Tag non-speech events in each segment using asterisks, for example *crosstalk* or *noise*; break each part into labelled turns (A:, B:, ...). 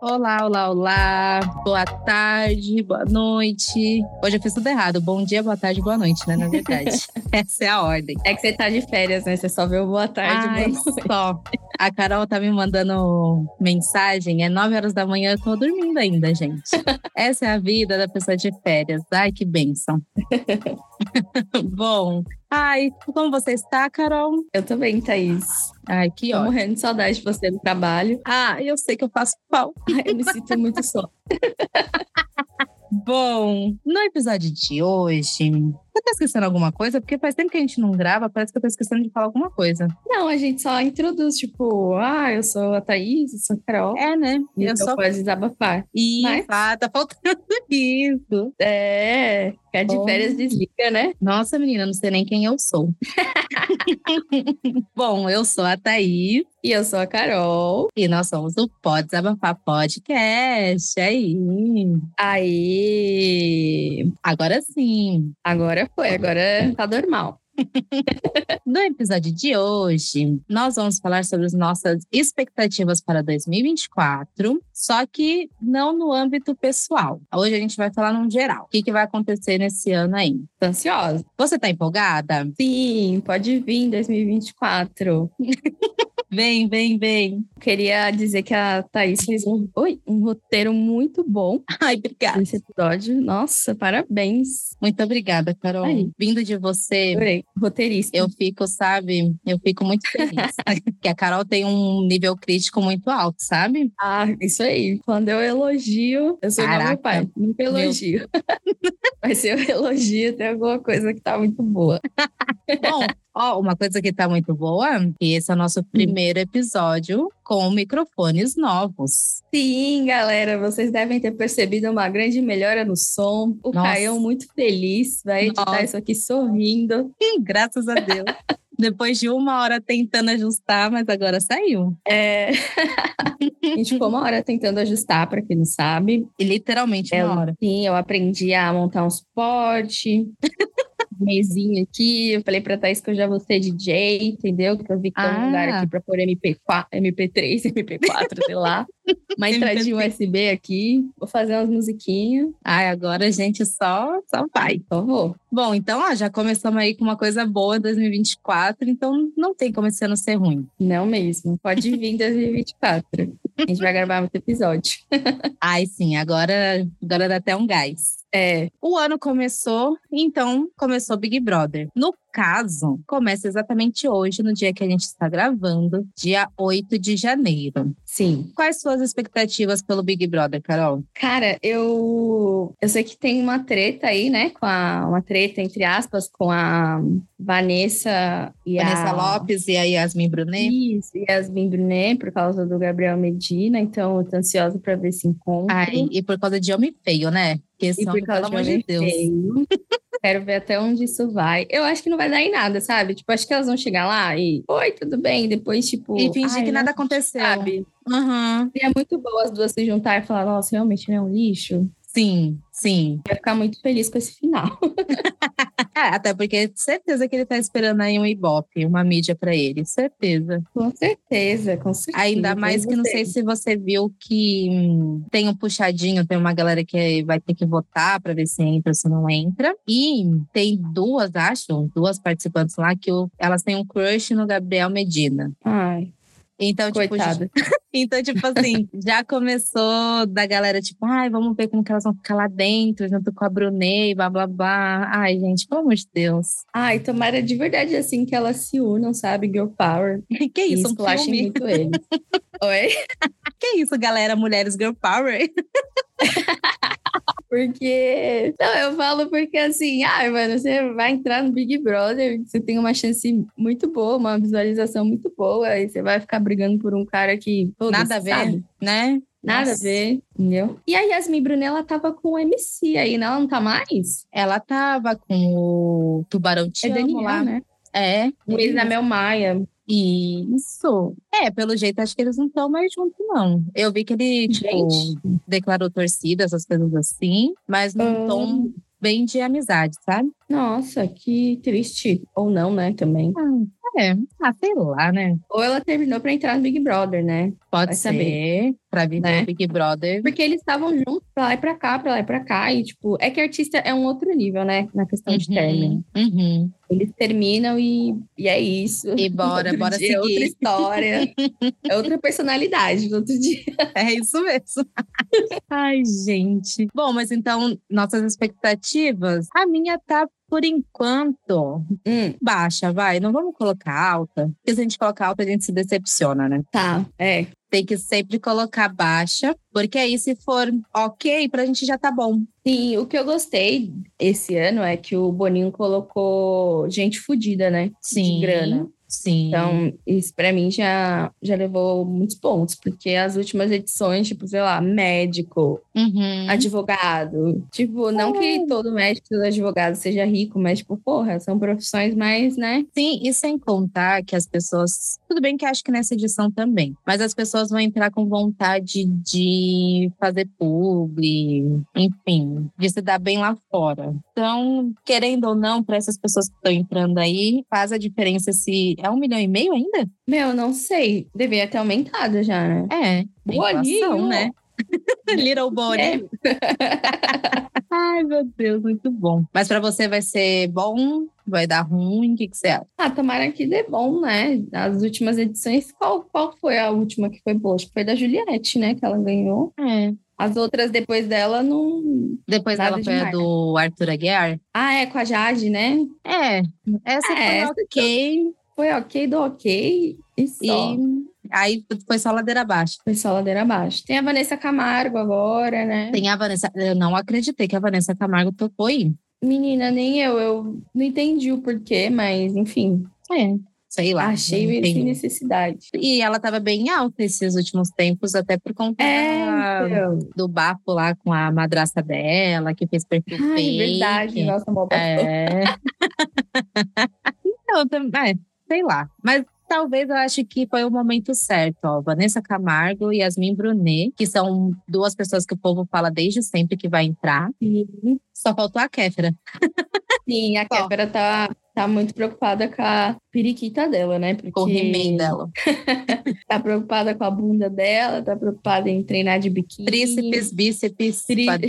A: Olá, olá, olá. Boa tarde, boa noite. Hoje eu fiz tudo errado. Bom dia, boa tarde, boa noite, né? Na *laughs* verdade. Essa é a ordem.
B: É que você tá de férias, né? Você só viu boa tarde,
A: Ai,
B: boa noite.
A: só. A Carol tá me mandando mensagem. É 9 horas da manhã, eu tô dormindo ainda, gente. *laughs* Essa é a vida da pessoa de férias. Ai, que *laughs* bênção. Bom. Ai, como você está, Carol?
B: Eu também, Thaís.
A: Ai, que
B: Tô
A: ótimo.
B: morrendo de saudade de você
A: *laughs*
B: no trabalho.
A: Ah, eu sei que eu faço pau.
B: Ai, Eu me sinto muito só.
A: Bom, no episódio de hoje, eu tô esquecendo alguma coisa? Porque faz tempo que a gente não grava, parece que eu tô esquecendo de falar alguma coisa.
B: Não, a gente só introduz, tipo, ah, eu sou a Thaís, eu sou a Carol.
A: É, né? eu
B: então
A: só.
B: pode desabafar.
A: Ih,
B: Mas-
A: pá, tá faltando *laughs* isso.
B: É, ficar de
A: Bom.
B: férias desliga, né?
A: Nossa, menina, não sei nem quem eu sou. *laughs* Bom, eu sou a Thaís
B: E eu sou a Carol.
A: e nós somos o Pode Desabafar Podcast. É Aí.
B: Aí,
A: Agora sim,
B: agora foi, agora tá normal.
A: No episódio de hoje, nós vamos falar sobre as nossas expectativas para 2024, só que não no âmbito pessoal. Hoje a gente vai falar num geral. O que, que vai acontecer nesse ano aí?
B: Tô ansiosa.
A: Você tá empolgada?
B: Sim, pode vir em 2024.
A: Vem, vem, vem. *laughs*
B: Queria dizer que a Thaís fez um, oi, um roteiro muito bom
A: Ai, obrigada.
B: nesse Ah, episódio. Nossa, parabéns.
A: Muito obrigada, Carol.
B: Ai.
A: Vindo de você,
B: Adorei. Roteirista.
A: eu fico, sabe? Eu fico muito feliz. Porque a Carol tem um nível crítico muito alto, sabe?
B: Ah, isso aí. Quando eu elogio, eu sou igual meu
A: Caraca.
B: pai. Nunca
A: Meu.
B: elogio. *laughs* Mas se eu elogio, tem alguma coisa que tá muito boa.
A: Bom, ó, uma coisa que tá muito boa, que esse é o nosso primeiro episódio com microfones novos.
B: Sim, galera, vocês devem ter percebido uma grande melhora no som. O
A: Nossa.
B: Caio, é um muito feliz, vai editar
A: Nossa.
B: isso aqui sorrindo.
A: Hum, Graças a Deus. Depois de uma hora tentando ajustar, mas agora saiu.
B: É... *laughs* a gente ficou uma hora tentando ajustar, para quem não sabe.
A: E literalmente
B: É,
A: uma hora.
B: Sim, eu aprendi a montar um suporte, *laughs* um mesinho aqui. Eu falei pra Thaís que eu já vou ser DJ, entendeu? Que eu vi que tem
A: Ah.
B: um lugar aqui pra pôr MP4, *laughs* MP3, MP4, sei lá.
A: *laughs*
B: Uma entradinha USB aqui. Vou fazer umas musiquinhas.
A: Ai, agora a gente só, só vai.
B: Por favor.
A: Bom, então ó, já começamos aí com uma coisa boa em 2024, então não tem como esse ano ser ruim.
B: Não mesmo.
A: *laughs*
B: Pode vir em 2024. A gente vai gravar muito episódio.
A: Ai, sim, agora, agora dá até um gás.
B: É,
A: O ano começou, então começou Big Brother. No caso, começa exatamente hoje, no dia que a gente está gravando, dia 8 de janeiro.
B: sim.
A: Quais suas expectativas pelo Big Brother, Carol?
B: Cara, eu, eu sei que tem uma treta aí, né? Com a, uma treta, entre aspas, com a Vanessa e
A: Vanessa
B: a
A: Lopes e a Yasmin Brunet?
B: Isso, e Yasmin Brunet, por causa do Gabriel Medina. Então, eu tô ansiosa para ver esse encontro.
A: Ai, e por causa de homem feio, né? Porque esse
B: Uhum. e por
A: homem,
B: causa
A: pelo
B: de
A: amor de
B: homem
A: Deus.
B: feio. *laughs* Quero ver até onde isso vai. Eu acho que não vai dar em nada, sabe? Tipo, acho que elas vão chegar lá e... Oi, tudo bem? Depois, tipo...
A: E fingir
B: "Ai,
A: que nada
B: nossa",
A: aconteceu.
B: Sabe?
A: Uhum.
B: Seria muito bom as duas se juntar e falar, nossa, realmente ele é um lixo.
A: Sim, sim.
B: Vai ficar muito feliz com esse final. *laughs*
A: É, até porque certeza que ele tá esperando aí um Ibope, uma mídia pra ele, certeza.
B: Com certeza, com certeza.
A: Ainda mais que não sei se você viu que hum, tem um puxadinho, tem uma galera que vai ter que votar para ver se entra ou se não entra. E tem duas, acho, duas participantes lá que o- elas têm um crush no Gabriel Medina.
B: Ai,
A: Então, tipo,
B: coitada.
A: então, tipo *laughs* assim, já começou da galera, tipo, ai, vamos ver como que elas vão ficar lá dentro, junto com a Brunei, blá blá blá. Ai, gente, pelo amor de Deus.
B: Ai, tomara de verdade assim que elas se unam, sabe? Girl Power.
A: Que
B: E
A: isso, um
B: esculachem
A: filme? *laughs*
B: muito eles. Oi?
A: Que isso, galera, mulheres girl power?
B: Porque. Não, eu falo porque assim, ai, mano, você vai entrar no Big Brother, você tem uma chance muito boa, uma visualização muito boa, e você vai ficar brigando por um cara que. pô,
A: Nada
B: você
A: a ver,
B: sabe?
A: né?
B: Nada
A: Nossa.
B: a ver, entendeu? E a Yasmin Brunella ela tava com o MC aí, né? Ela não tá mais?
A: Ela tava com o Tubarão Te
B: É
A: Amo
B: Daniel,
A: lá.
B: né?
A: É.
B: O ex da Mel Maia.
A: Isso. É, pelo jeito, acho que eles não estão mais juntos, não. Eu vi que ele, tipo,
B: Gente.
A: declarou torcida, essas coisas assim, mas num
B: Ah.
A: tom bem de amizade, sabe?
B: Nossa, que triste. Ou não, né? Também.
A: Hum, É, ah, sei lá, né?
B: Ou ela terminou pra entrar no Big Brother, né?
A: Pode
B: Vai
A: ser.
B: saber.
A: Pra vir
B: Né?
A: pro Big Brother.
B: Porque eles estavam juntos pra lá e pra cá, pra lá e pra cá. E, tipo, é que artista é um outro nível, né? Na questão de término.
A: Uhum.
B: Eles terminam e, e é isso.
A: E bora,
B: Outro *laughs*
A: bora
B: dia É outra
A: seguir. *laughs*
B: história. é outra personalidade do outro dia.
A: É isso mesmo. Ai, gente. Bom, mas então, nossas expectativas? A minha tá, por enquanto, baixa, vai. Não vamos colocar alta. Porque se a gente colocar alta, a gente se decepciona, né?
B: tá, é.
A: Tem que sempre colocar baixa, porque aí se for ok, pra gente já tá bom.
B: Sim, o que eu gostei esse ano é que o Boninho colocou gente fodida, né?
A: Sim.
B: De grana.
A: Sim.
B: Então, isso pra mim já, já levou muitos pontos, porque as últimas edições, tipo, sei lá, médico,
A: Uhum. É.
B: advogado. Tipo, não que todo médico, todo advogado seja rico, mas, tipo, porra, são profissões mais, né?
A: Sim, e sem contar que as pessoas. Tudo bem que acho que nessa edição também, mas as pessoas vão entrar com vontade de fazer publi, enfim, de se dar bem lá fora. Então, querendo ou não, para essas pessoas que estão entrando aí, faz a diferença se. É um milhão e meio ainda?
B: Meu, não sei. Devia ter aumentado já, né?
A: É. tem inflação,
B: Bolinho!
A: né? *laughs* Little Bonnie. *laughs*
B: É,
A: Ai, meu Deus, muito bom. Mas para você vai ser bom? Vai dar ruim? O que, que você acha?
B: Ah, tomara que dê bom, né? As últimas edições, qual, qual foi a última que foi boa? Acho que foi da Juliette, né? Que ela ganhou.
A: É.
B: As outras depois dela não.
A: Depois
B: Nada
A: dela foi a
B: demais.
A: do Arthur Aguiar.
B: Ah, é com a Jade, né?
A: É, essa
B: É, essa
A: foi ok.
B: Foi ok do ok e só.
A: E aí foi só ladeira abaixo.
B: Foi só ladeira abaixo. Tem a Vanessa Camargo agora, né?
A: Tem a Vanessa. Eu não acreditei que a Vanessa Camargo tocou aí.
B: Menina, nem eu. Eu não entendi o porquê, mas enfim.
A: É. Sei lá.
B: achei
A: não
B: sem
A: entendi.
B: necessidade.
A: E ela tava bem alta esses últimos tempos, até por conta
B: É,
A: da-
B: então.
A: do bafo lá com a madrasta dela, que fez perfil
B: Ai,
A: fake.
B: verdade. Nossa, mó
A: É. então, também, é, sei lá. Mas talvez eu acho que foi o momento certo, ó. Vanessa Camargo e Yasmin Brunet, que são duas pessoas que o povo fala desde sempre que vai entrar.
B: bafo.
A: Só faltou a Kéfera.
B: assim. Sim, a
A: Ó.
B: Kéfera tá, tá muito preocupada com a periquita dela, né? Porque
A: Ficou rimei dela.
B: tá preocupada com a bunda dela, tá preocupada em treinar de biquíni.
A: Tríceps, bíceps,
B: Tri-
A: quad-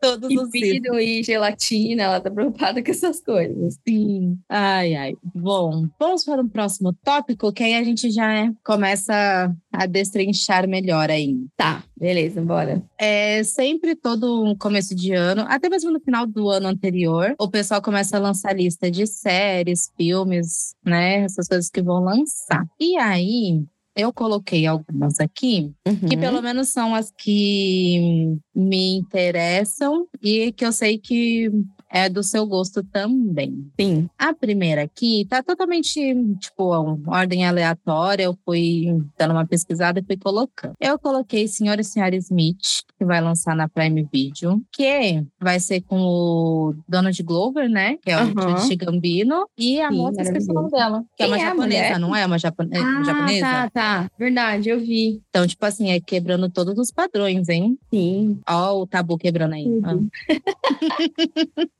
A: todos os bíceps.
B: libido *laughs* e gelatina, ela tá preocupada com essas coisas.
A: Sim. Ai, ai. Bom, vamos para um próximo tópico, que aí a gente já né, começa a destrinchar melhor ainda.
B: Tá, beleza, bora.
A: É sempre todo um começo de ano, até mesmo no final do ano anterior, o pessoal começa a lançar lista de séries, filmes, né? Essas coisas que vão lançar. E aí, eu coloquei algumas aqui,
B: Uhum.
A: que pelo menos são as que me interessam e que eu sei que é do seu gosto também.
B: Sim.
A: A primeira aqui tá totalmente, tipo, uma ordem aleatória. Eu fui dando uma pesquisada e fui colocando. Eu coloquei Senhor e Senhora Smith, que vai lançar na Prime Video, que vai ser com o Donald Glover, né? Que é o
B: Aham.
A: Titi Gambino. E a
B: Sim,
A: moça, esqueci o nome dela. Que é uma
B: Quem é a
A: japonesa,
B: mulher?
A: não é? Uma japone-
B: Ah,
A: japonesa?
B: tá, tá. Verdade, eu vi.
A: Então, tipo assim, é quebrando todos os padrões, hein?
B: Sim.
A: Ó, o tabu quebrando aí. Ah,
B: Tudo.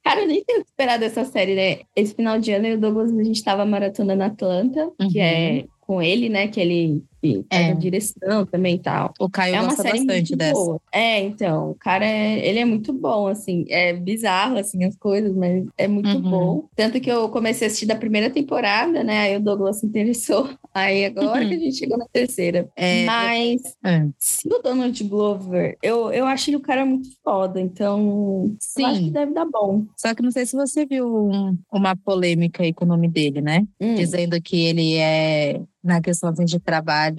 B: Cara, eu nem tenho que esperar dessa série, né? Esse final de ano eu e o Douglas, a gente tava maratonando Atlanta, que
A: Uhum.
B: é com ele, né? Que ele que faz
A: É.
B: a direção também e tal.
A: O Caio
B: é uma
A: gosta
B: série
A: bastante
B: muito
A: dessa.
B: boa. É, então, o cara, é, ele é muito bom, assim, é bizarro, assim, as coisas, mas é muito
A: Uhum.
B: bom. Tanto que eu comecei a assistir da primeira temporada, né, aí o Douglas se interessou, *laughs* aí agora
A: Uhum.
B: que a gente chegou na terceira.
A: É,
B: mas,
A: é.
B: se o Donald Glover, eu, eu acho ele o cara muito foda, então, eu acho
A: Sim.
B: que deve dar bom.
A: Só que não sei se você viu um- uma polêmica aí com o nome dele, né?
B: Hum.
A: Dizendo que ele é, na questão assim, de trabalho,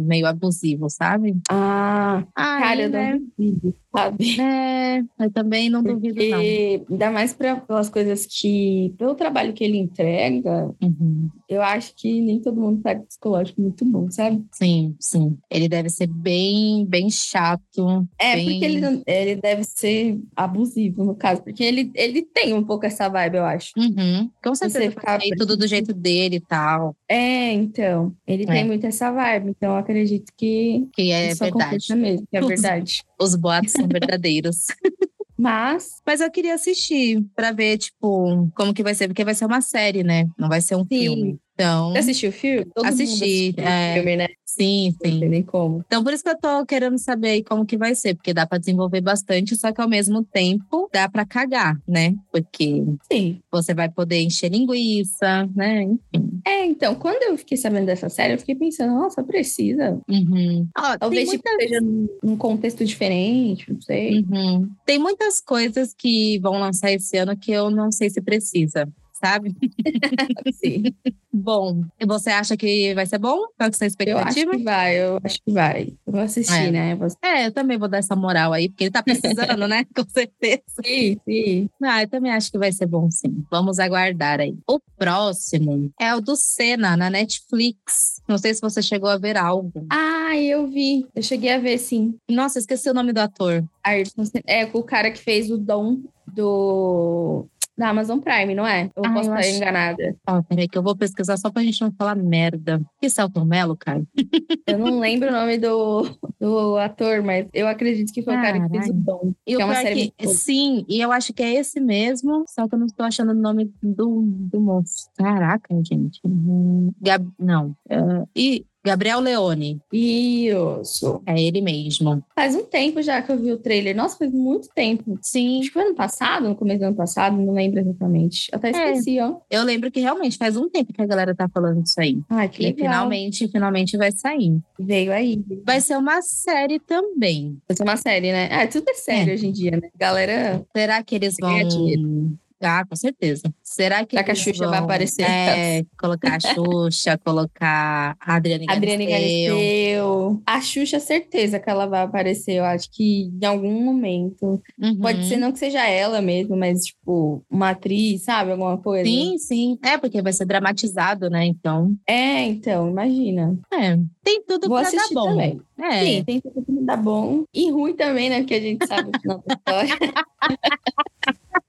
A: meio abusivo, sabe?
B: Ah,
A: Ah,
B: cara, eu
A: né?
B: não duvido, sabe?
A: É, eu também não duvido, não.
B: Porque, ainda mais pra- pelas coisas que, pelo trabalho que ele entrega,
A: Uhum.
B: Eu acho que nem todo mundo tá com psicológico muito bom, sabe?
A: Sim, sim. Ele deve ser bem, bem chato.
B: É,
A: Sim.
B: porque ele, não- ele deve ser abusivo, no caso, porque ele, ele tem um pouco essa vibe, eu acho.
A: Uhum. Com certeza,
B: ficar
A: porque tudo do jeito dele e tal,
B: É, então. Ele
A: É.
B: tem muito essa vibe, então eu acredito que
A: que é
B: isso
A: verdade.
B: aconteça mesmo, que é
A: Tudo.
B: verdade.
A: Os boatos são verdadeiros.
B: Mas
A: *laughs* Mas eu queria assistir pra ver, tipo, como que vai ser, porque vai ser uma série, né? Não vai ser um
B: Sim.
A: filme. Então,
B: você assistiu o filme? Todo mundo
A: Assisti,
B: assistiu o
A: é.
B: filme, né?
A: sim,
B: Não
A: sim.
B: sei nem como.
A: Então, por isso que eu tô querendo saber aí como que vai ser, porque dá pra desenvolver bastante, só que ao mesmo tempo dá pra cagar, né? Porque
B: Sim.
A: você vai poder encher linguiça, né? Enfim.
B: É, então, quando eu fiquei sabendo dessa série, eu fiquei pensando, nossa, precisa.
A: Uhum. Ó, tem
B: Talvez
A: muita-
B: tipo, seja num- num contexto diferente, não sei.
A: Uhum. Tem muitas coisas que vão lançar esse ano que eu não sei se precisa, sabe?
B: Sim.
A: Bom, e você acha que vai ser bom? Qual que é a sua
B: Eu acho
A: expectativa?
B: que vai, eu acho que vai. Eu vou assistir,
A: É.
B: né? Eu vou
A: É, eu também vou dar essa moral aí, porque ele tá precisando, né? *laughs* Com certeza.
B: assistir, sim.
A: Ah, eu também acho que vai ser bom, sim. Vamos aguardar aí. O próximo é o do Senna, na Netflix. Não sei se você chegou a ver algo.
B: Ah, eu vi. Eu cheguei a ver, sim.
A: Nossa, esqueci o nome do ator.
B: Ayrton Sen- É com o cara que fez o Dom do... da Amazon Prime, não é? Eu
A: Ah,
B: posso
A: eu
B: estar
A: acho-
B: enganada.
A: Ó, Ah, peraí que eu vou pesquisar só pra gente não falar merda. Que Celton Mello, cara?
B: Eu não lembro o nome do, do ator, mas eu acredito que foi o cara que fez o
A: Caralho.
B: Dom.
A: E o
B: Que é uma
A: pior
B: série
A: que-
B: muito boa.
A: Sim, e eu acho que é esse mesmo, só que eu não estou achando o nome do, do moço. Caraca, gente. Hum, Gab- não. ah, e Gabriel Leone.
B: Isso.
A: É ele mesmo.
B: Faz um tempo já que eu vi o trailer. Nossa, faz muito tempo.
A: Sim.
B: Acho que foi ano passado, no começo do ano passado, não lembro exatamente. Até
A: É.
B: esqueci, ó.
A: Eu lembro que realmente faz um tempo que a galera tá falando isso aí.
B: Ai, que
A: E
B: legal.
A: finalmente, finalmente vai sair.
B: Veio aí.
A: Vai ser uma série também.
B: Vai ser uma série, né? Ah, tudo é série
A: É.
B: hoje em dia, né? Galera,
A: Será que eles
B: Ganha
A: vão. Ah, com certeza. Será que.
B: Será que a
A: eles
B: Xuxa vai
A: vão,
B: aparecer?
A: É, colocar a Xuxa, *laughs* colocar a Adriane
B: Adriane
A: Galisteu.
B: Galisteu. A Xuxa, certeza que ela vai aparecer, eu acho que em algum momento.
A: Uhum.
B: Pode ser não que seja ela mesmo, mas tipo, uma atriz, sabe? Alguma coisa.
A: Sim, sim. É, porque vai ser dramatizado, né? Então,
B: É, então, imagina.
A: é. Tem tudo
B: Vou
A: pra dar
B: assistir
A: bom.
B: também.
A: É.
B: Sim, tem tudo que dá bom. E ruim também, né? Porque a gente sabe o final da história.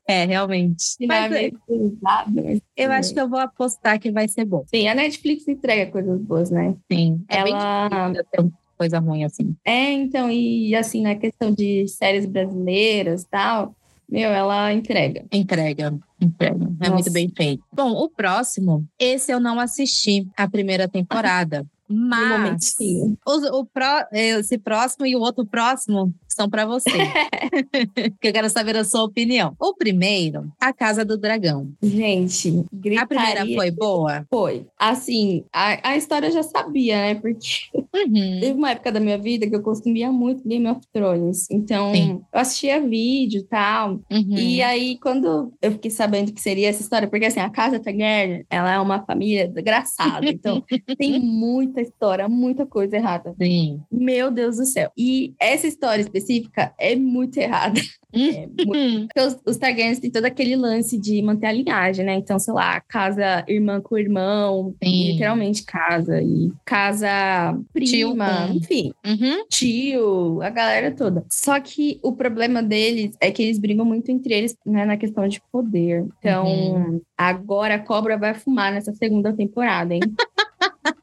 A: é, realmente.
B: Final
A: *laughs*
B: é
A: Mas
B: meio pesado, mas
A: eu
B: tudo
A: acho
B: bem.
A: que eu vou apostar que vai ser bom.
B: Sim, a Netflix entrega coisas boas, né?
A: Sim. É bem
B: ela
A: difícil ter uma coisa ruim assim.
B: É, então, e assim, na questão de séries brasileiras e tal, meu, ela entrega.
A: Entrega, entrega. É
B: Nossa.
A: muito bem feito. Bom, o próximo, esse eu não assisti a primeira temporada.
B: *laughs*
A: Mas
B: momentinho.
A: o, o pró- eh, esse próximo e o outro próximo são para
B: *laughs*
A: você. Porque eu quero saber a sua opinião. O primeiro, A Casa do Dragão.
B: Gente, gritaria.
A: A primeira foi boa?
B: Foi. Assim, a, a história eu já sabia, né? Porque
A: Uhum.
B: teve uma época da minha vida que eu consumia muito Game of Thrones. Então,
A: Sim.
B: eu assistia vídeo e tal.
A: uhum.
B: E aí, quando eu fiquei sabendo que seria essa história, porque assim, a Casa Targaryen, ela é uma família desgraçada.
A: *laughs*
B: Então, tem muita história, muita coisa errada.
A: Sim.
B: Meu Deus do céu. E essa história específica é muito errada. É muito-
A: Hum,
B: Porque os, os Targaryens têm todo aquele lance de manter a linhagem, né? Então, sei lá, casa irmã com irmão,
A: Sim.
B: literalmente casa, e casa
A: Tio
B: prima,
A: com-
B: enfim,
A: uhum.
B: tio, a galera toda. Só que o problema deles é que eles brigam muito entre eles, né, na questão de poder. Então,
A: Uhum.
B: agora a cobra vai fumar nessa segunda temporada, hein?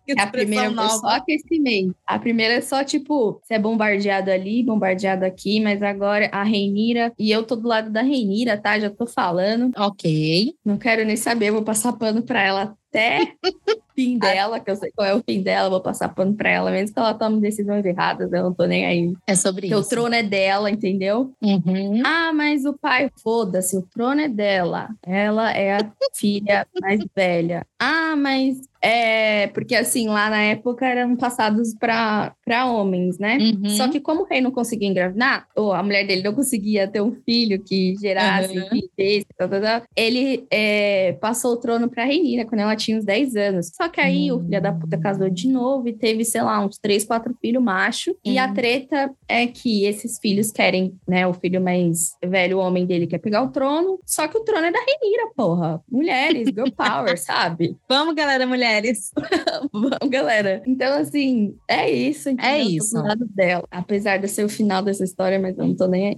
A: Que
B: A primeira
A: expressão
B: é só aquecimento. A primeira é só, tipo, você é bombardeado ali, bombardeado aqui, mas agora a Reinira, e eu tô do lado da Reinira, tá? Já tô falando.
A: Ok.
B: Não quero nem saber, vou passar pano pra ela até o fim dela, que eu sei qual é o fim dela, vou passar pano pra ela, mesmo que ela tome decisões erradas, eu não tô nem aí.
A: É sobre
B: Porque o
A: isso.
B: trono é dela, entendeu?
A: Uhum.
B: Ah, mas o pai, foda-se, o trono é dela. Ela é a filha mais velha. Ah, mas é. Porque assim, lá na época eram passados para homens, né?
A: Uhum.
B: Só que como o rei não conseguia engravidar, ou a mulher dele não conseguia ter um filho que gerasse,
A: Aham.
B: que desse, tal, tal, tal, ele é, passou o trono pra Renira quando ela tinha uns 10 anos. Só que aí o
A: Hum.
B: filho da puta casou de novo e teve, sei lá, uns 3, 4 filhos macho. E a
A: Hum.
B: treta é que esses filhos querem, né, o filho mais velho, o homem dele quer pegar o trono, só que o trono é da Renira, porra. Mulheres,
A: *laughs*
B: girl power, sabe?
A: Vamos, galera, mulheres.
B: *laughs* Vamos, galera. Então, assim, é isso. entendeu? Eu tô
A: isso.
B: do lado dela. Apesar de ser o final dessa história, mas eu não tô nem aí.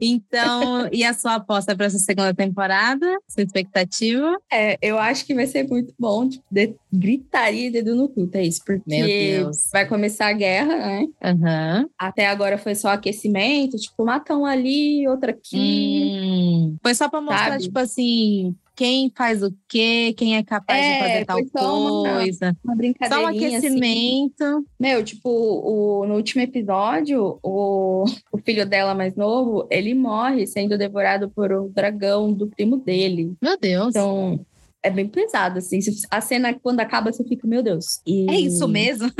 A: Então, e a sua aposta para essa segunda temporada? Sua expectativa?
B: É, eu acho que vai ser muito bom, tipo, de, gritaria e dedo no cu, tá isso? Porque
A: Meu Deus.
B: vai começar a guerra, né?
A: Aham.
B: Até agora foi só aquecimento, tipo, mata um ali, outro aqui.
A: Hum. Foi só pra mostrar,
B: Sabe?
A: tipo assim, quem faz o quê, quem é capaz
B: É,
A: de fazer tal
B: foi só uma-
A: coisa. Só
B: Uma
A: um
B: brincadeirinha, assim.
A: aquecimento.
B: Meu, tipo, o, no último episódio, o, o filho dela mais novo, ele morre sendo devorado por um dragão do primo dele.
A: Meu Deus.
B: Então, é bem pesado, assim. Se- A cena, quando acaba, você fica, meu Deus. E-
A: é isso mesmo?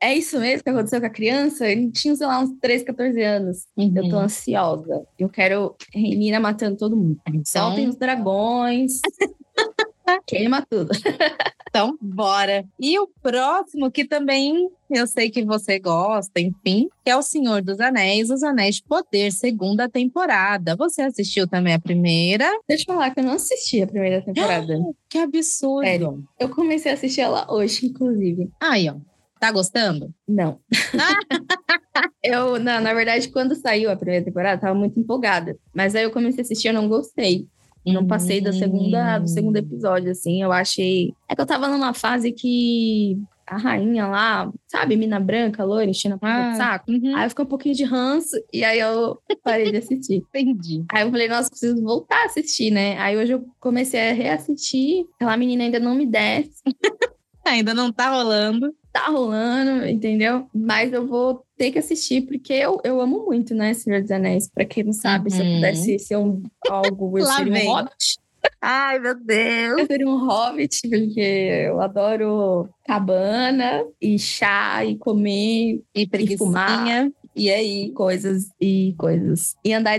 B: É isso mesmo que aconteceu com a criança? Ele tinha, sei lá, uns 13, 14 anos. Eu
A: É.
B: tô ansiosa. Eu quero Renina matando todo mundo.
A: Então,
B: Soltem os dragões.
A: *laughs*
B: Queima tudo.
A: então, bora. E o próximo, que também eu sei que você gosta, enfim, que é O Senhor dos Anéis, Os Anéis de Poder, segunda temporada. Você assistiu também a primeira?
B: Deixa eu falar que eu não assisti a
A: *gasps*
B: primeira temporada.
A: Que absurdo.
B: Sério. Eu comecei a assistir ela hoje, inclusive.
A: Aí, ó. Tá gostando?
B: Não. *laughs* eu, na, na verdade, quando saiu a primeira temporada, eu tava muito empolgada. Mas aí eu comecei a assistir, eu não gostei. Não passei da segunda,
A: Hum.
B: do segundo episódio, assim. Eu achei. É que eu tava numa fase que a rainha lá, sabe, mina branca, loira, enchendo a porra
A: Ah.
B: do saco.
A: Uhum,
B: Aí eu fiquei um pouquinho de ranço e aí eu parei de assistir.
A: entendi.
B: Aí eu falei, nossa, preciso voltar a assistir, né? Aí hoje eu comecei a reassistir. Aquela menina ainda não me desce.
A: Ainda não tá rolando.
B: Tá rolando, entendeu? Mas eu vou ter que assistir, porque eu, eu amo muito, né, Senhor dos Anéis. Pra quem não sabe, se eu
A: Uhum.
B: pudesse ser um, algo,
A: *laughs*
B: eu
A: Lá
B: seria
A: vem.
B: um hobbit.
A: Ai, meu Deus.
B: Eu seria um hobbit, porque eu adoro cabana e chá e comer
A: E preguiçinha.
B: fumar. E aí, coisas e coisas. E andar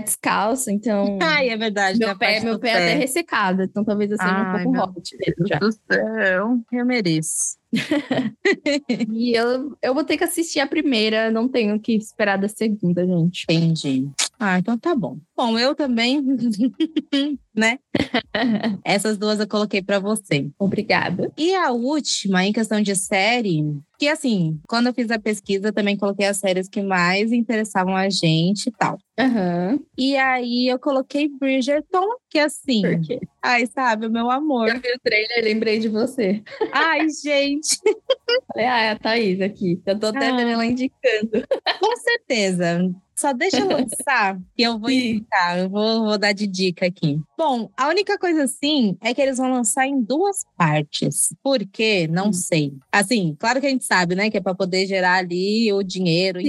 A: *laughs*
B: descalço, então. *laughs*
A: Ai, é verdade. tem
B: meu
A: a
B: pé,
A: parte
B: meu
A: do
B: pé é até ressecado, então talvez eu seja
A: Ai,
B: um pouco
A: meu
B: hobbit mesmo já.
A: do céu, eu mereço.
B: E eu, eu vou ter que assistir a primeira, não tenho que esperar da segunda, gente.
A: Entendi. Ah, então tá bom. Bom, eu também, *laughs* né? Essas duas eu coloquei pra você.
B: Obrigada.
A: E a última, em questão de série, que assim, quando eu fiz a pesquisa, eu também coloquei as séries que mais interessavam a gente e tal.
B: Aham.
A: E aí eu coloquei Bridgerton, que assim,
B: Porque
A: ai, sabe, o meu amor.
B: eu vi o trailer e lembrei de você.
A: Ai, gente.
B: Falei, ah, é a Thaís aqui. Eu tô até
A: Ah.
B: vendo ela indicando.
A: Com certeza. Só deixa eu lançar que eu vou indicar, eu vou, vou dar de dica aqui. Bom, a única coisa assim é que eles vão lançar em duas partes. Por quê? Não
B: Hum.
A: sei. Assim, claro que a gente sabe, né? Que é para poder gerar ali o dinheiro. enfim.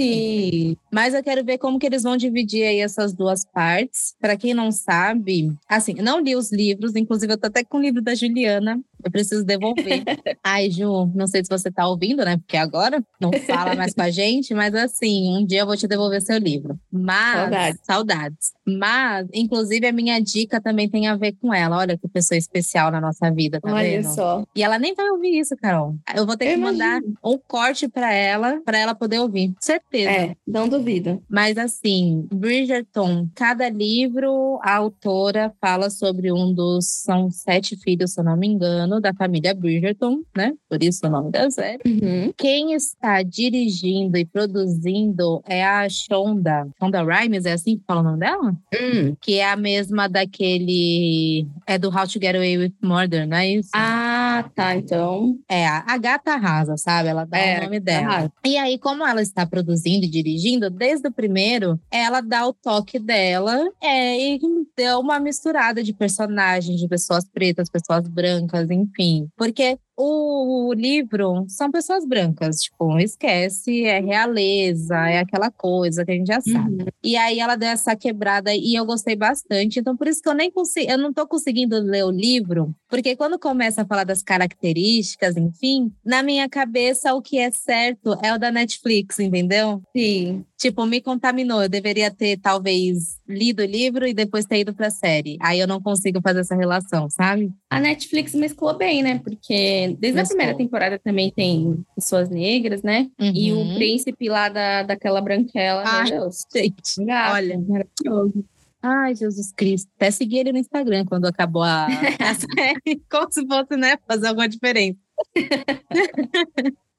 B: Sim.
A: Mas eu quero ver como que eles vão dividir aí essas duas partes. Para quem não sabe, assim, eu não li os livros, inclusive eu tô até com o livro da Juliana, eu preciso devolver.
B: *laughs*
A: Ai, Ju, não sei se você tá ouvindo, né? Porque agora não fala mais com a gente, mas assim, um dia eu vou te devolver seu livro. Mas
B: Saudades.
A: saudades. Mas inclusive a minha dica também tem a ver com ela. Olha que pessoa especial na nossa vida, tá
B: Olha
A: vendo?
B: só.
A: E ela nem vai ouvir isso, Carol. Eu vou ter
B: Eu
A: que mandar
B: imagino.
A: um corte pra ela, pra ela poder ouvir. Certeza.
B: É, não duvido.
A: Mas assim, Bridgerton, cada livro, a autora fala sobre um dos. São sete filhos, se eu não me engano, da família Bridgerton, né? Por isso o nome da série.
B: Uhum.
A: Quem está dirigindo e produzindo é a Shonda. Shonda Rhimes, é assim que fala o nome dela? Que é a mesma daquele. É do How to Get Away with Murder, não é isso?
B: Ah, tá. Então.
A: É, a a gata arrasa, sabe? Ela dá
B: É,
A: o
B: a
A: nome
B: gata
A: dela.
B: arrasa.
A: E aí, como ela está produzindo e dirigindo, desde o primeiro, ela dá o toque dela é, e deu uma misturada de personagens, de pessoas pretas, pessoas brancas, enfim. Porque o, o livro são pessoas brancas, tipo, esquece, é realeza, é aquela coisa que a gente já sabe.
B: Uhum.
A: E aí ela deu essa quebrada e eu gostei bastante. Então, por isso que eu nem consigo, eu não tô conseguindo ler o livro, porque quando começa a falar das características, enfim, na minha cabeça o que é certo é o da Netflix, entendeu?
B: Sim.
A: Tipo, me contaminou. Eu deveria ter, talvez, lido o livro e depois ter ido pra série. Aí eu não consigo fazer essa relação, sabe?
B: A Netflix mesclou bem, né? Porque desde a
A: Mesclou.
B: primeira temporada também tem pessoas negras, né? E o
A: Uhum.
B: príncipe lá da, daquela branquela,
A: Ai,
B: meu Deus.
A: Gente.
B: Gato,
A: olha.
B: maravilhoso.
A: Ai, Jesus Cristo. Até segui ele no Instagram quando acabou a, a série, como se fosse, né, fazer alguma diferença.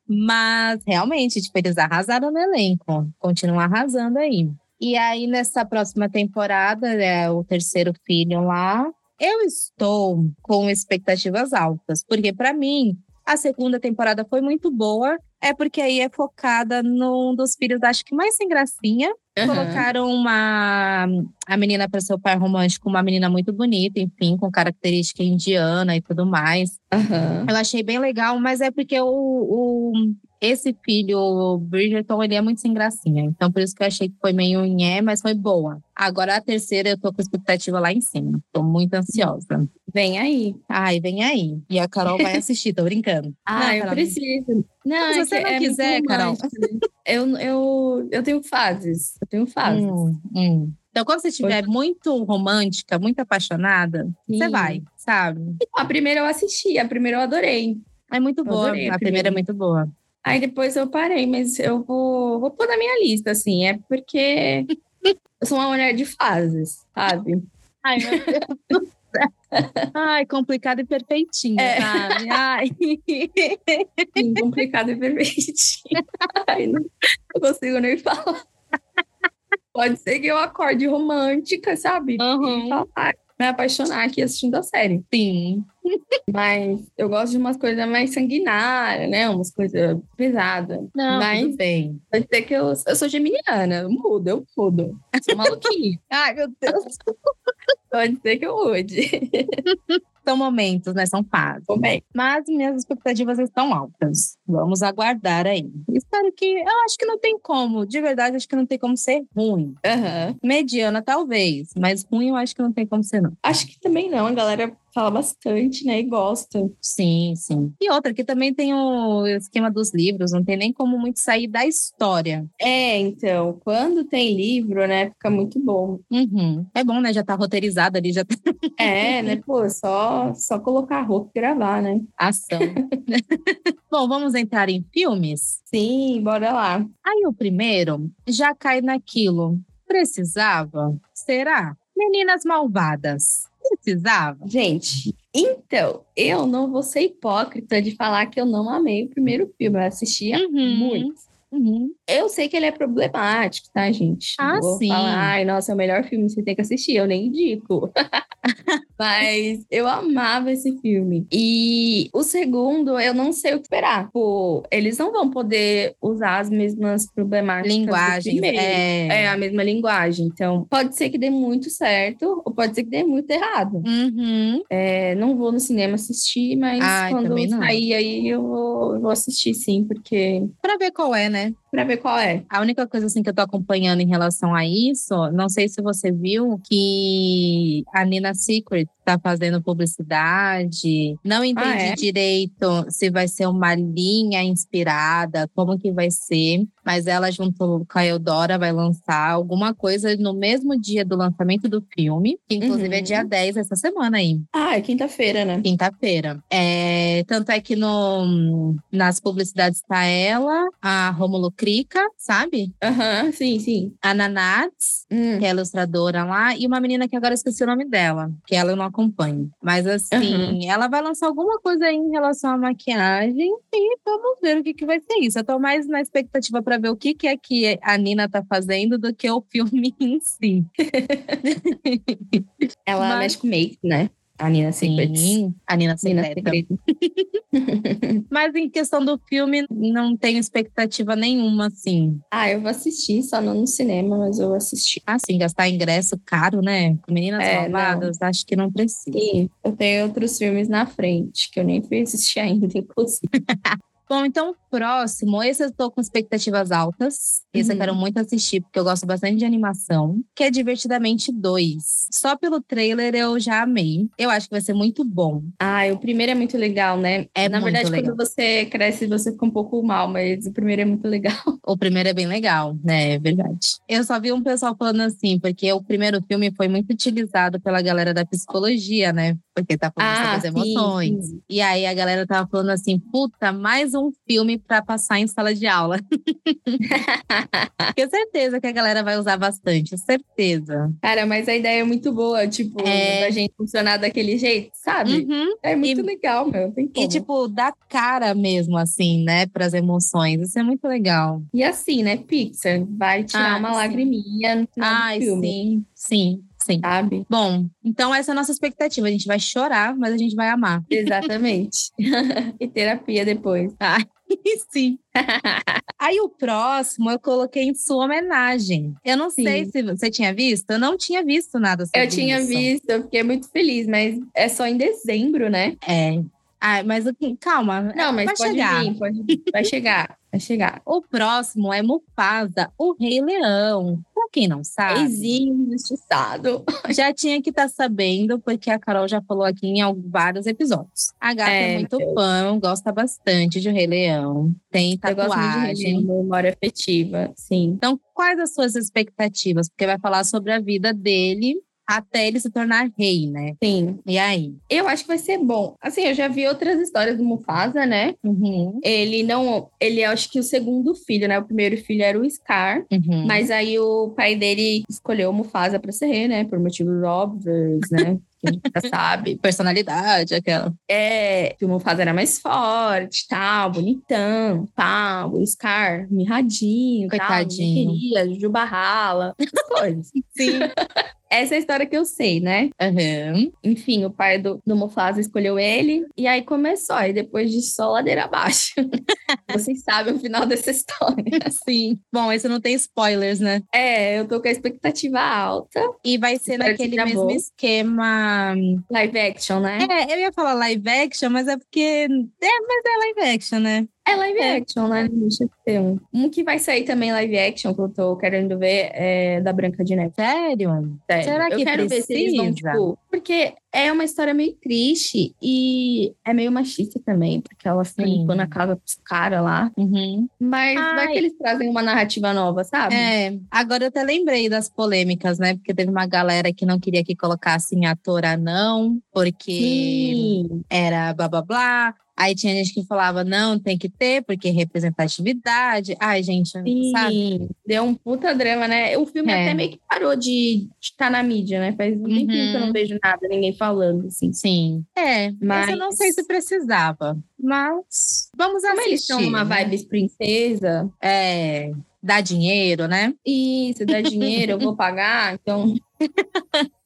A: Mas realmente, tipo, eles arrasaram no elenco. Continuam arrasando aí. E aí, nessa próxima temporada, né, o terceiro filho lá, eu estou com expectativas altas, porque para mim a segunda temporada foi muito boa. É porque aí é focada num dos filhos, acho que mais sem gracinha.
B: Aham.
A: Colocaram uma a menina para ser o pai romântico, uma menina muito bonita, enfim, com característica indiana e tudo mais.
B: Aham.
A: Eu achei bem legal, mas é porque o, o- esse filho, o Bridgerton, ele é muito sem gracinha. Então, por isso que eu achei que foi meio nhé, mas foi boa. Agora, a terceira, eu tô com expectativa lá em cima. Tô muito ansiosa.
B: Vem aí.
A: Ai, vem aí. E a Carol vai assistir, tô
B: *laughs*
A: brincando.
B: Ah, eu
A: Carol,
B: preciso. Não, é
A: Se você
B: que
A: não
B: muito
A: quiser, Carol.
B: romântico, né? Eu, eu, eu tenho fases. Eu tenho fases.
A: Hum, hum. Então, quando você estiver muito romântica, muito apaixonada, você
B: é. Sim.
A: vai, sabe?
B: A primeira eu assisti, a primeira eu adorei.
A: É muito boa.
B: adorei a
A: a primeira
B: primeira.
A: é muito boa.
B: Aí depois eu parei, mas eu vou, vou pôr na minha lista, assim. É porque eu sou uma mulher de fases, sabe?
A: Ai, meu Deus *laughs* Ai, complicada e perfeitinha, *laughs*
B: É.
A: sabe? Ai.
B: Sim, complicado e *laughs* perfeitinho. Ai, não, não consigo nem falar. Pode ser que eu acorde romântica, sabe?
A: Uhum.
B: E falar, me apaixonar aqui assistindo a série.
A: Sim.
B: Mas eu gosto de umas coisas mais sanguinárias, né? Umas coisas pesadas.
A: Não,
B: Mas-
A: tudo bem.
B: Pode ser que eu, eu sou geminiana, eu mudo, eu mudo. Sou maluquinha.
A: Ai, meu Deus.
B: *laughs* Pode ser que eu *laughs* mude.
A: São momentos, né? São fases.
B: Tô bem.
A: Mas minhas expectativas estão altas. Vamos aguardar aí. Espero que. Eu acho que não tem como. De verdade, acho que não tem como ser ruim.
B: Aham.
A: Mediana, talvez. Mas ruim eu acho que não tem como ser, não.
B: Acho que também não, a galera fala bastante, né? E gosta.
A: Sim, sim. E outra, que também tem o esquema dos livros, não tem nem como muito sair da história.
B: É, então, quando tem livro, né? Fica muito *laughs* bom.
A: Uhum. É bom, né? Já tá roteirizado ali, já tá
B: É, né? Pô, só, só colocar a roupa e gravar, né?
A: ação. né? *laughs* bom, vamos entrar em filmes?
B: Sim, bora lá.
A: Aí o primeiro já cai naquilo. Precisava? Será? Meninas Malvadas. Precisava?
B: Gente, então, eu não vou ser hipócrita de falar que eu não amei o primeiro filme. Eu assisti
A: Uhum.
B: muito.
A: Uhum.
B: Eu sei que ele é problemático, tá, gente? Não
A: Ah,
B: vou
A: sim.
B: falar, ai, nossa, é o melhor filme que você tem que assistir, eu
A: *laughs*
B: nem indico. Mas eu amava esse filme. E o segundo, eu não sei o que esperar. Pô, eles não vão poder usar as mesmas problemáticas. do
A: Linguagem.
B: primeiro.
A: É.
B: É a mesma linguagem. Então, pode ser que dê muito certo, ou pode ser que dê muito errado.
A: Uhum.
B: É, não vou no cinema assistir, mas
A: Ai,
B: quando
A: também não.
B: sair aí eu vou, eu vou assistir sim, porque.
A: Pra ver qual é, né?
B: Pra ver qual é.
A: A única coisa assim que eu tô acompanhando em relação a isso, não sei se você viu que a Nina Secret tá fazendo publicidade. Não entendi
B: Ah, é?
A: direito se vai ser uma linha inspirada, como que vai ser, mas ela junto com a Eudora vai lançar alguma coisa no mesmo dia do lançamento do filme, que inclusive é
B: Uhum.
A: dia 10 essa semana aí.
B: Ah, é quinta-feira, né?
A: Quinta-feira. É, tanto é que no, nas publicidades tá ela, a Rômulo Crica, sabe?
B: Aham, sim, sim. Hum,
A: A Nanats, que é ilustradora lá, e uma menina que agora eu esqueci o nome dela, que ela eu não acompanho. Mas assim, ela vai lançar alguma coisa aí em relação à maquiagem e vamos ver o que, que vai ser isso. Eu tô mais na expectativa para ver o que, que é que a Nina tá fazendo do que o filme *laughs* em si.
B: Ela
A: Mas-
B: mexe com make, né? A Nina Secrets.
A: Sim, a Nina
B: Nina
A: Secreta.
B: Secrets.
A: Mas em questão do filme, não tenho expectativa nenhuma, assim.
B: Ah, eu vou assistir, só não no cinema, mas eu vou assistir.
A: Assim, gastar ingresso caro, né? Com meninas
B: É,
A: malvadas, acho que não precisa.
B: E eu tenho outros filmes na frente, que eu nem fui assistir ainda, *laughs* inclusive.
A: Bom, então, próximo. Esse eu tô com expectativas altas. Esse eu
B: Uhum.
A: quero muito assistir, porque eu gosto bastante de animação. Que é Divertidamente 2. Só pelo trailer eu já amei. Eu acho que vai ser muito bom.
B: Ah, o primeiro é muito legal, né?
A: É
B: Na
A: muito
B: verdade,
A: legal.
B: quando você cresce, você fica um pouco mal, mas o primeiro é muito legal.
A: O primeiro é bem legal, né? É verdade. Eu só vi um pessoal falando assim, porque o primeiro filme foi muito utilizado pela galera da psicologia, né? Porque tá falando sobre as
B: Ah, sim,
A: emoções.
B: sim.
A: E aí a galera tava falando assim, puta, mais um filme para passar em sala de
B: *laughs*
A: aula. Tenho certeza que a galera vai usar bastante, certeza.
B: Cara, mas a ideia é muito boa, tipo,
A: É.
B: da gente funcionar daquele jeito, sabe?
A: Uhum.
B: É muito legal, meu. não Tem como.
A: E, tipo, dá cara mesmo, assim, né, pras emoções. Isso é muito legal.
B: E assim, né? Pixar vai tirar
A: Ah,
B: uma
A: sim.
B: lagriminha no final
A: Ai,
B: do É um filme,
A: sim, sim, sim.
B: sabe?
A: Bom, então essa é a nossa expectativa. A gente vai chorar, mas a gente vai amar. *laughs*
B: Exatamente. *laughs* e terapia depois. *laughs*
A: Sim. Aí o próximo eu coloquei em sua homenagem. Eu não
B: Sim.
A: sei se você tinha visto, eu não tinha visto nada sobre
B: Eu tinha
A: É isso.
B: visto, eu fiquei muito feliz, mas é só em dezembro, né?
A: É. Ah, mas o que- calma,
B: Não, mas
A: vai
B: pode
A: chegar.
B: vir, pode vir. Vai chegar, vai chegar.
A: O próximo é Mufasa, o Rei Leão. Pra quem não sabe,
B: Reizinho injustiçado.
A: já tinha que estar sabendo, porque a Carol já falou aqui em al- vários episódios. A Gata é,
B: É,
A: muito fã, gosta bastante de Rei Leão. Tem
B: Eu gosto muito de
A: tatuagem.
B: Reizinho, memória afetiva, sim.
A: Então, quais as suas expectativas? Porque vai falar sobre a vida dele até ele se tornar rei, né?
B: Sim.
A: E aí?
B: Eu acho que vai ser bom. Assim, eu já vi outras histórias do Mufasa, né?
A: Uhum,
B: Ele não. Ele é, acho que o segundo filho, né? O primeiro filho era o Scar.
A: uhum.
B: Mas aí o pai dele escolheu o Mufasa pra ser rei, né? Por motivos óbvios, né? Que a gente já sabe.
A: Personalidade, aquela.
B: É, que o Mufasa era mais forte, tal, bonitão, pau, o Scar, mirradinho, tal,
A: Coitadinho.
B: ninguém queria, Juba Rala, essas *laughs* coisas.
A: Sim.
B: Essa é a história que eu sei, né?
A: Uhum.
B: Enfim, o pai do, do Mufasa escolheu ele, e aí começou, aí depois de só ladeira abaixo. *laughs* Vocês sabem o final dessa história.
A: Sim. Bom, esse não tem spoilers, né?
B: É, eu tô com a expectativa alta.
A: E vai ser
B: Espero que
A: naquele
B: seja
A: mesmo
B: bom.
A: esquema. né?
B: Live action, né?
A: É, eu ia falar live action, mas é porque. É, mas é live action, né?
B: É live
A: É.
B: action, né? Deixa eu ter um. Um que vai sair também live action, que eu tô querendo ver, é da Branca de Neve.
A: Sério?
B: Sério.
A: Será que
B: eu quero ver se eles vão,
A: precisa?
B: tipo. Porque é uma história meio triste e é meio machista também, porque ela fica
A: Sim.
B: limpando a casa pros caras lá.
A: Uhum.
B: Mas vai
A: Ai.
B: que eles trazem uma narrativa nova, sabe?
A: É, agora eu até lembrei das polêmicas, né? Porque teve uma galera que não queria que colocassem ator anão, porque
B: Sim.
A: era blá blá blá. Aí tinha gente que falava, não, tem que ter, porque representatividade. Ai, gente, sabe?
B: Sim. Deu um puta drama, né? O filme
A: É.
B: até meio que parou de estar na mídia, né? Faz um tempinho que eu
A: Uhum.
B: não vejo nada, ninguém falando, assim.
A: Sim. É, mas eu não sei
B: Mas-
A: se precisava. Mas vamos
B: Como
A: assistir.
B: eles são uma
A: né?
B: vibe princesa,
A: É, dá dinheiro, né?
B: Isso, dá dinheiro, eu vou pagar. Então,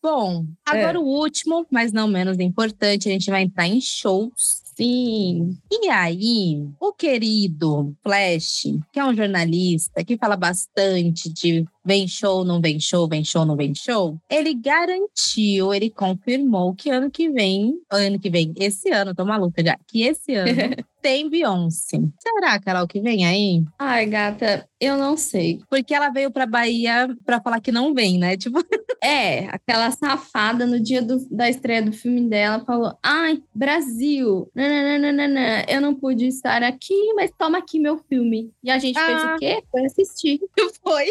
A: Bom, agora o último, mas não menos importante, a gente vai entrar em shows.
B: sim.
A: E aí, o querido Flash, que é um jornalista que fala bastante de vem show, não vem show, vem show, não vem show, ele garantiu, ele confirmou que ano que vem, ano que vem, esse ano, tô maluca já, que esse ano tem Beyoncé. Será, Carol, que vem aí?
B: Ai, gata, eu não sei.
A: Porque ela veio pra Bahia pra falar que não vem, né? Tipo,
B: É, aquela safada no dia do- da estreia do filme dela falou: Ai, Brasil, nananana, eu não pude estar aqui, mas toma aqui meu filme. E a gente fez
A: Ah.
B: o quê? Foi assistir.
A: foi.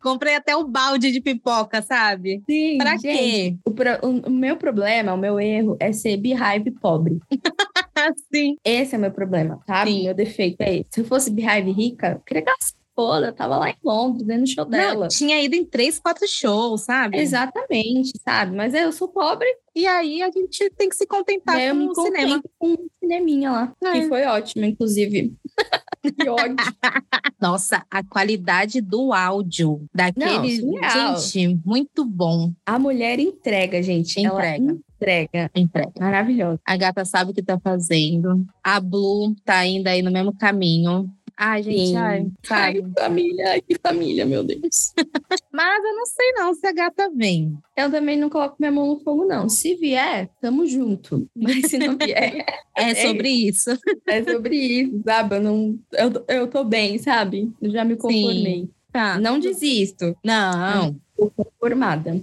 A: Comprei até o balde de pipoca, sabe?
B: Sim,
A: Pra
B: gente,
A: quê?
B: O, pro- o- o meu problema, o meu erro é ser beehive pobre.
A: Assim.
B: Esse é o meu problema, sabe?
A: Sim.
B: Meu defeito é esse. Se eu fosse beehive rica, eu queria que ela se foda. Eu tava lá em Londres, dentro do show dela.
A: Não, tinha ido em três, quatro shows, sabe?
B: Exatamente, sabe? Mas é, eu sou pobre,
A: E aí a gente tem que se contentar
B: né? Eu
A: com
B: me
A: o cinema.
B: contento com um cineminha lá,
A: É.
B: que foi ótimo, inclusive. *laughs* que ódio.
A: Nossa, a qualidade do áudio
B: Não,
A: daquele.
B: surreal.
A: gente, muito bom.
B: A mulher entrega, gente. Ela
A: Entrega.
B: entrega.
A: Entrega.
B: Maravilhosa.
A: A gata sabe o que tá fazendo. A Blue tá ainda aí no mesmo caminho. Ai, gente,
B: Sim.
A: ai, sabe?
B: Ai, família, ai, que família, meu Deus.
A: Mas eu não sei não se a gata vem.
B: Eu também não coloco minha mão no fogo, não. Se vier, tamo junto. *laughs* Mas se não vier,
A: É
B: É
A: sobre isso.
B: é sobre isso, sabe? Eu, não, eu, eu tô bem, sabe? Eu já me conformei.
A: Tá.
B: Não desisto.
A: Não.
B: Formada.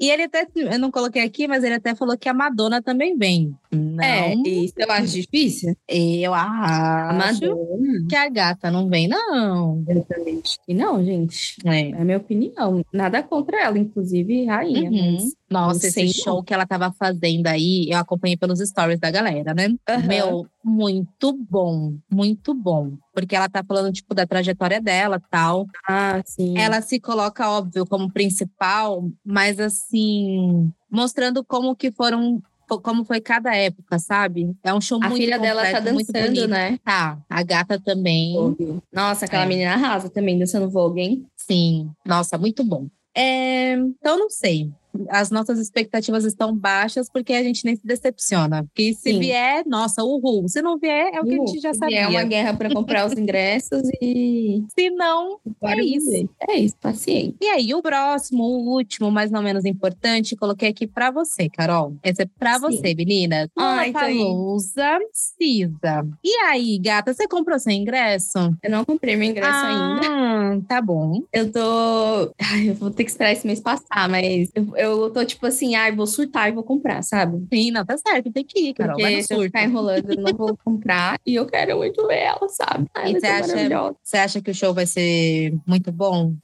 A: E ele até, eu não coloquei aqui, mas ele até falou que a Madonna também vem. Não,
B: É, isso eu acho difícil.
A: eu
B: A
A: acho
B: Madonna.
A: que a gata não vem, não.
B: Eu também acho que não, gente.
A: É.
B: É a minha opinião. Nada contra ela, inclusive rainha.
A: Uhum.
B: mas-
A: Nossa, esse
B: Sim.
A: show que ela tava fazendo aí, eu acompanhei pelos stories da galera, né?
B: Aham.
A: Meu, muito bom, muito bom. Porque ela tá falando, tipo, da trajetória dela tal.
B: Ah, sim.
A: Ela se coloca, óbvio, como principal, mas assim, mostrando como que foram, como foi cada época, sabe? É um show
B: a
A: muito
B: filha dela tá
A: completo, muito
B: dançando,
A: bonito.
B: né?
A: Tá, a gata também.
B: Vogue. Nossa, aquela
A: É.
B: menina arrasa também dançando Vogue, hein?
A: Sim, nossa, muito bom. É, então, não sei. As nossas expectativas estão baixas porque a gente nem se decepciona. Porque se
B: Sim.
A: vier, nossa, uhul. Se não vier, é o que a gente já
B: E
A: sabia.
B: É uma guerra pra comprar os ingressos
A: *laughs*
B: e.
A: Se não.
B: Bora
A: isso.
B: viver. É isso, paciente.
A: E aí, o próximo, o último, mas não menos importante, coloquei aqui pra você, Carol. Essa é pra
B: Sim.
A: você, menina.
B: Ah, então aí.
A: Palusa, Cisa. E aí, gata, você comprou seu ingresso?
B: Eu não comprei meu ingresso ainda.
A: ainda. Tá bom.
B: Eu tô. Ai, eu vou ter que esperar esse mês passar, mas eu, eu tô tipo assim, ai, vou surtar e vou comprar, sabe?
A: Sim, não, tá certo, tem que ir, Carol.
B: Porque
A: vai no
B: se eu
A: surto.
B: ficar enrolando, eu não vou comprar e eu quero muito ver ela, sabe?
A: E
B: Ai, vai
A: você
B: ser
A: acha-
B: maravilhosa.
A: Você acha que o show vai ser muito bom?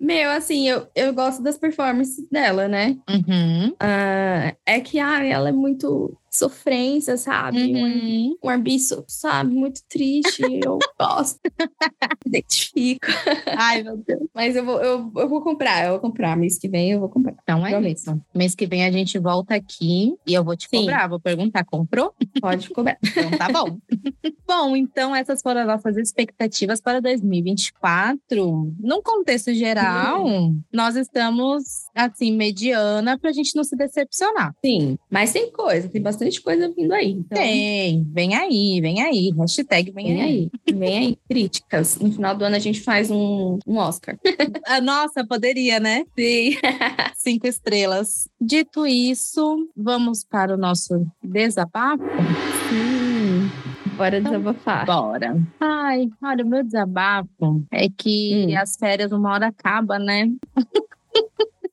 B: Meu, assim, eu, eu gosto das performances dela, né?
A: Uhum.
B: Ah, é que, ai, ela é muito sofrência, sabe? Um-
A: Uhum.
B: Um arbiço, sabe? Muito triste.
A: *laughs*
B: Eu gosto. Me identifico.
A: Ai, meu Deus.
B: Mas eu vou, eu, eu vou comprar, eu vou comprar. Mês que vem eu vou comprar.
A: Então é
B: Prometo.
A: isso. Mês que vem a gente volta aqui e eu vou te
B: Sim.
A: cobrar, vou perguntar, comprou?
B: Pode cobrar.
A: Então tá
B: *laughs*
A: bom. bom, então essas foram as nossas expectativas para 2024. Num contexto geral,
B: Uhum.
A: nós estamos assim mediana pra gente não se decepcionar.
B: Sim, mas tem coisa, tem bastante coisa vindo aí. Então,
A: Tem, vem aí, vem aí. Hashtag vem,
B: Vem
A: aí.
B: aí, vem aí, críticas. No final do ano a gente faz um, um Oscar.
A: Ah, nossa, poderia, né?
B: *laughs* Sim.
A: cinco estrelas. Dito isso, vamos para o nosso desabafo? Então
B: Bora desabafar.
A: Bora. Ai, olha, o meu desabafo é que
B: Hum.
A: as férias uma hora acaba, né?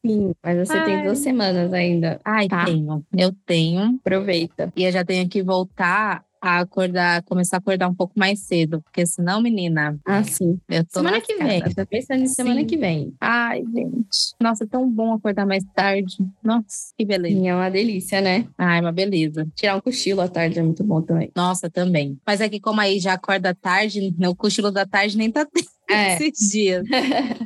B: Sim, mas você
A: Ai.
B: tem duas semanas ainda.
A: Ai,
B: Tá.
A: tenho. Eu tenho.
B: Aproveita.
A: E eu já tenho que voltar a acordar, começar a acordar um pouco mais cedo. Porque senão, menina,
B: Ah, sim.
A: eu É. tô
B: semana que vem.
A: lascada.
B: Tá pensando em semana
A: Sim.
B: que vem.
A: Ai, gente. Nossa, é tão bom acordar mais tarde. Nossa, que beleza.
B: Sim, é uma delícia, né?
A: Ai, uma beleza.
B: Tirar um cochilo à tarde é muito bom
A: *laughs*
B: também.
A: Nossa, também. Mas é que como aí já acorda tarde, né, o cochilo da tarde nem tá tendo
B: É.
A: *laughs* esses dias.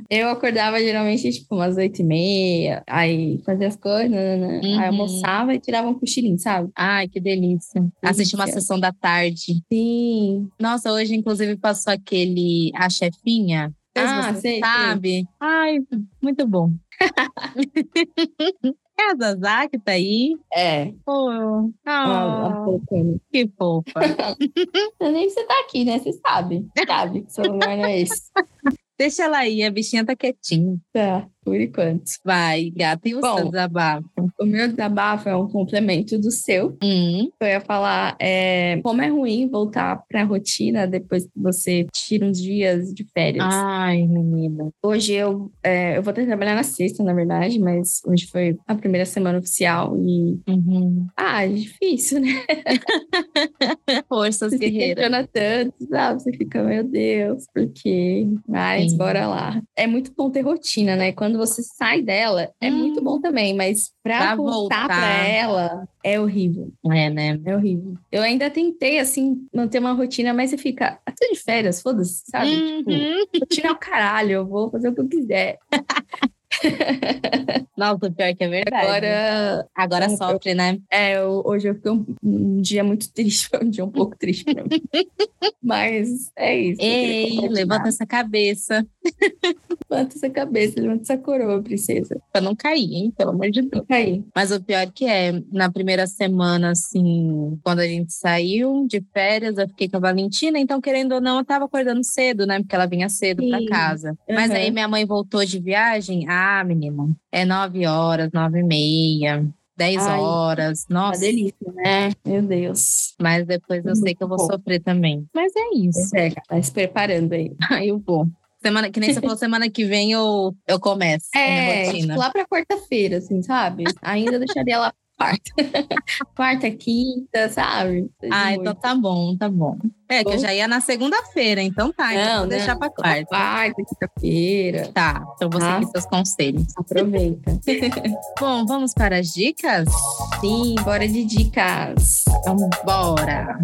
B: Eu acordava geralmente tipo umas oito e meia, aí fazia as coisas, nananã,
A: Uhum.
B: aí almoçava e tirava um cochilinho, sabe?
A: Ai, que delícia. Assistir uma
B: Delícia.
A: sessão da tarde.
B: Sim.
A: Nossa, hoje inclusive passou aquele A Chefinha. Não sei se
B: Ah,
A: você
B: sei, sei.
A: sabe? Ai, muito bom. *laughs* é a Zazá que tá aí.
B: É.
A: Pô,
B: Ah,
A: ah,
B: ah, colocando.
A: que fofa.
B: Eu nem você tá aqui, né? Você sabe. Sabe que seu lugar não
A: *laughs*
B: é esse.
A: Deixa ela aí, a bichinha tá quietinha.
B: Tá, por enquanto.
A: Vai, gata, e o
B: Bom.
A: seu desabafo?
B: O meu desabafo é um complemento do seu.
A: Hum,
B: Eu ia falar é, como é ruim voltar pra rotina depois que você tira uns dias de férias.
A: Ai, menina.
B: Hoje eu, é, eu vou ter que trabalhar na sexta, na verdade, mas hoje foi a primeira semana oficial e.
A: Uhum.
B: Ah, é difícil, né?
A: Forças, *laughs*
B: Você se *laughs*
A: guerreiras.
B: questiona tanto, sabe? ah, Você fica, meu Deus, por quê? Mas
A: Sim.
B: bora lá. É muito bom ter rotina, né? Quando você sai dela, é
A: Hum.
B: muito bom também, mas pra,
A: Pra
B: voltar,
A: voltar.
B: pra ela, é horrível.
A: É, né?
B: É horrível. Eu ainda tentei, assim, manter uma rotina, mas você fica, ah, tô de férias, foda-se, sabe? Tipo,
A: Uhum.
B: rotina é o caralho, eu vou fazer o que eu quiser.
A: Nossa, pior que é verdade.
B: Agora,
A: Agora
B: eu-
A: sofre, né?
B: É, eu- hoje eu fiquei um, um dia muito *laughs* triste, foi um dia um pouco triste pra mim. Mas é isso. eu queria
A: Ei,
B: compartilhar.
A: levanta essa cabeça
B: Levanta essa cabeça, levanta essa coroa, princesa.
A: pra não cair, hein? Pelo amor de Deus.
B: Fica aí.
A: Mas o pior que é, na primeira semana, assim, quando a gente saiu de férias, eu fiquei com a Valentina, então, querendo ou não, eu tava acordando cedo, né? Porque ela vinha cedo pra
B: Sim.
A: casa. Mas
B: Aham.
A: aí minha mãe voltou de viagem. Ah, menina, é nove horas, nove e meia, dez
B: Ai,
A: horas.
B: Uma
A: Nossa.
B: delícia, né? Meu Deus.
A: Mas depois eu sei que eu vou
B: Muito bom.
A: sofrer também. Mas é isso.
B: Pois é, cara, tá se preparando aí.
A: Aí eu vou. Semana, que nem
B: *laughs*
A: você falou, semana que vem eu, eu começo a minha
B: É,
A: rotina.
B: tipo, lá pra quarta-feira, assim, sabe? Ainda deixaria lá pra quarta. *laughs* quarta, quinta, sabe?
A: Ah,
B: Muito.
A: então tá bom, tá bom. É, que eu já ia na segunda-feira, então tá. então
B: Não,
A: vou deixar pra quarta.
B: Quarta, quinta-feira.
A: Tá, então vou seguir
B: Ah.
A: seus conselhos.
B: Aproveita.
A: Bom, vamos para as dicas?
B: Sim, bora de dicas.
A: Então bora!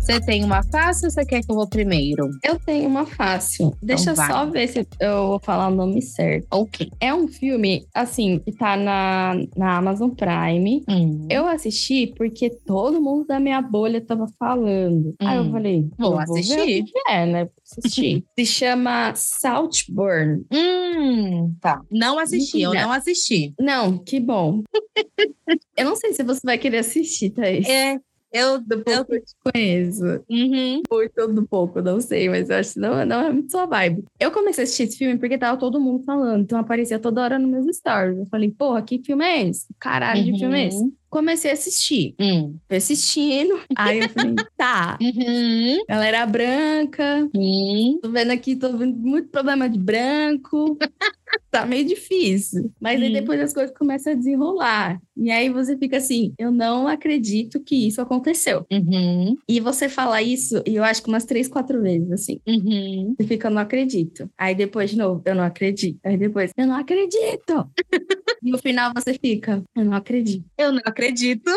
A: Você tem uma fácil ou você quer que eu vou primeiro?
B: Eu tenho uma fácil. Deixa eu
A: Então vai.
B: só ver se eu vou falar o nome certo.
A: Ok.
B: É um filme, assim, que tá na, na Amazon Prime.
A: Hum,
B: Eu assisti porque todo mundo da minha bolha tava falando. Aí eu
A: Hum.
B: falei,
A: Vou
B: eu Vou ver
A: assistir.
B: o que que é, né? Vou
A: *laughs*
B: assistir. Se chama Saltburn.
A: Hum, tá. Não assisti, eu
B: Mentira.
A: não assisti.
B: Não,
A: *laughs*
B: que bom. eu não sei se você vai querer assistir, Thaís.
A: É, eu. eu
B: eu te conheço.
A: uhum,
B: muito do então pouco, não sei, mas eu acho que não, não é muito sua vibe. Eu comecei a assistir esse filme porque tava todo mundo falando, então aparecia toda hora nos meus stories. Eu falei, porra, que filme é esse? Caralho, de filme é esse?
A: uhum,
B: Comecei a assistir,
A: hum,
B: fui assistindo. Aí eu falei, *laughs* tá,
A: uhum,
B: galera branca,
A: hum.
B: tô vendo aqui, tô vendo muito problema de branco. Tá meio difícil. Mas aí
A: Hum.
B: depois as coisas começam a desenrolar. E aí você fica assim, eu não acredito que isso aconteceu.
A: Uhum,
B: E você fala isso, e eu acho que umas três, quatro vezes, assim.
A: uhum.
B: Você fica, eu não acredito. Aí depois, de novo, eu não acredito. Aí depois, eu não acredito. e no final você fica, eu não acredito.
A: Eu não acredito,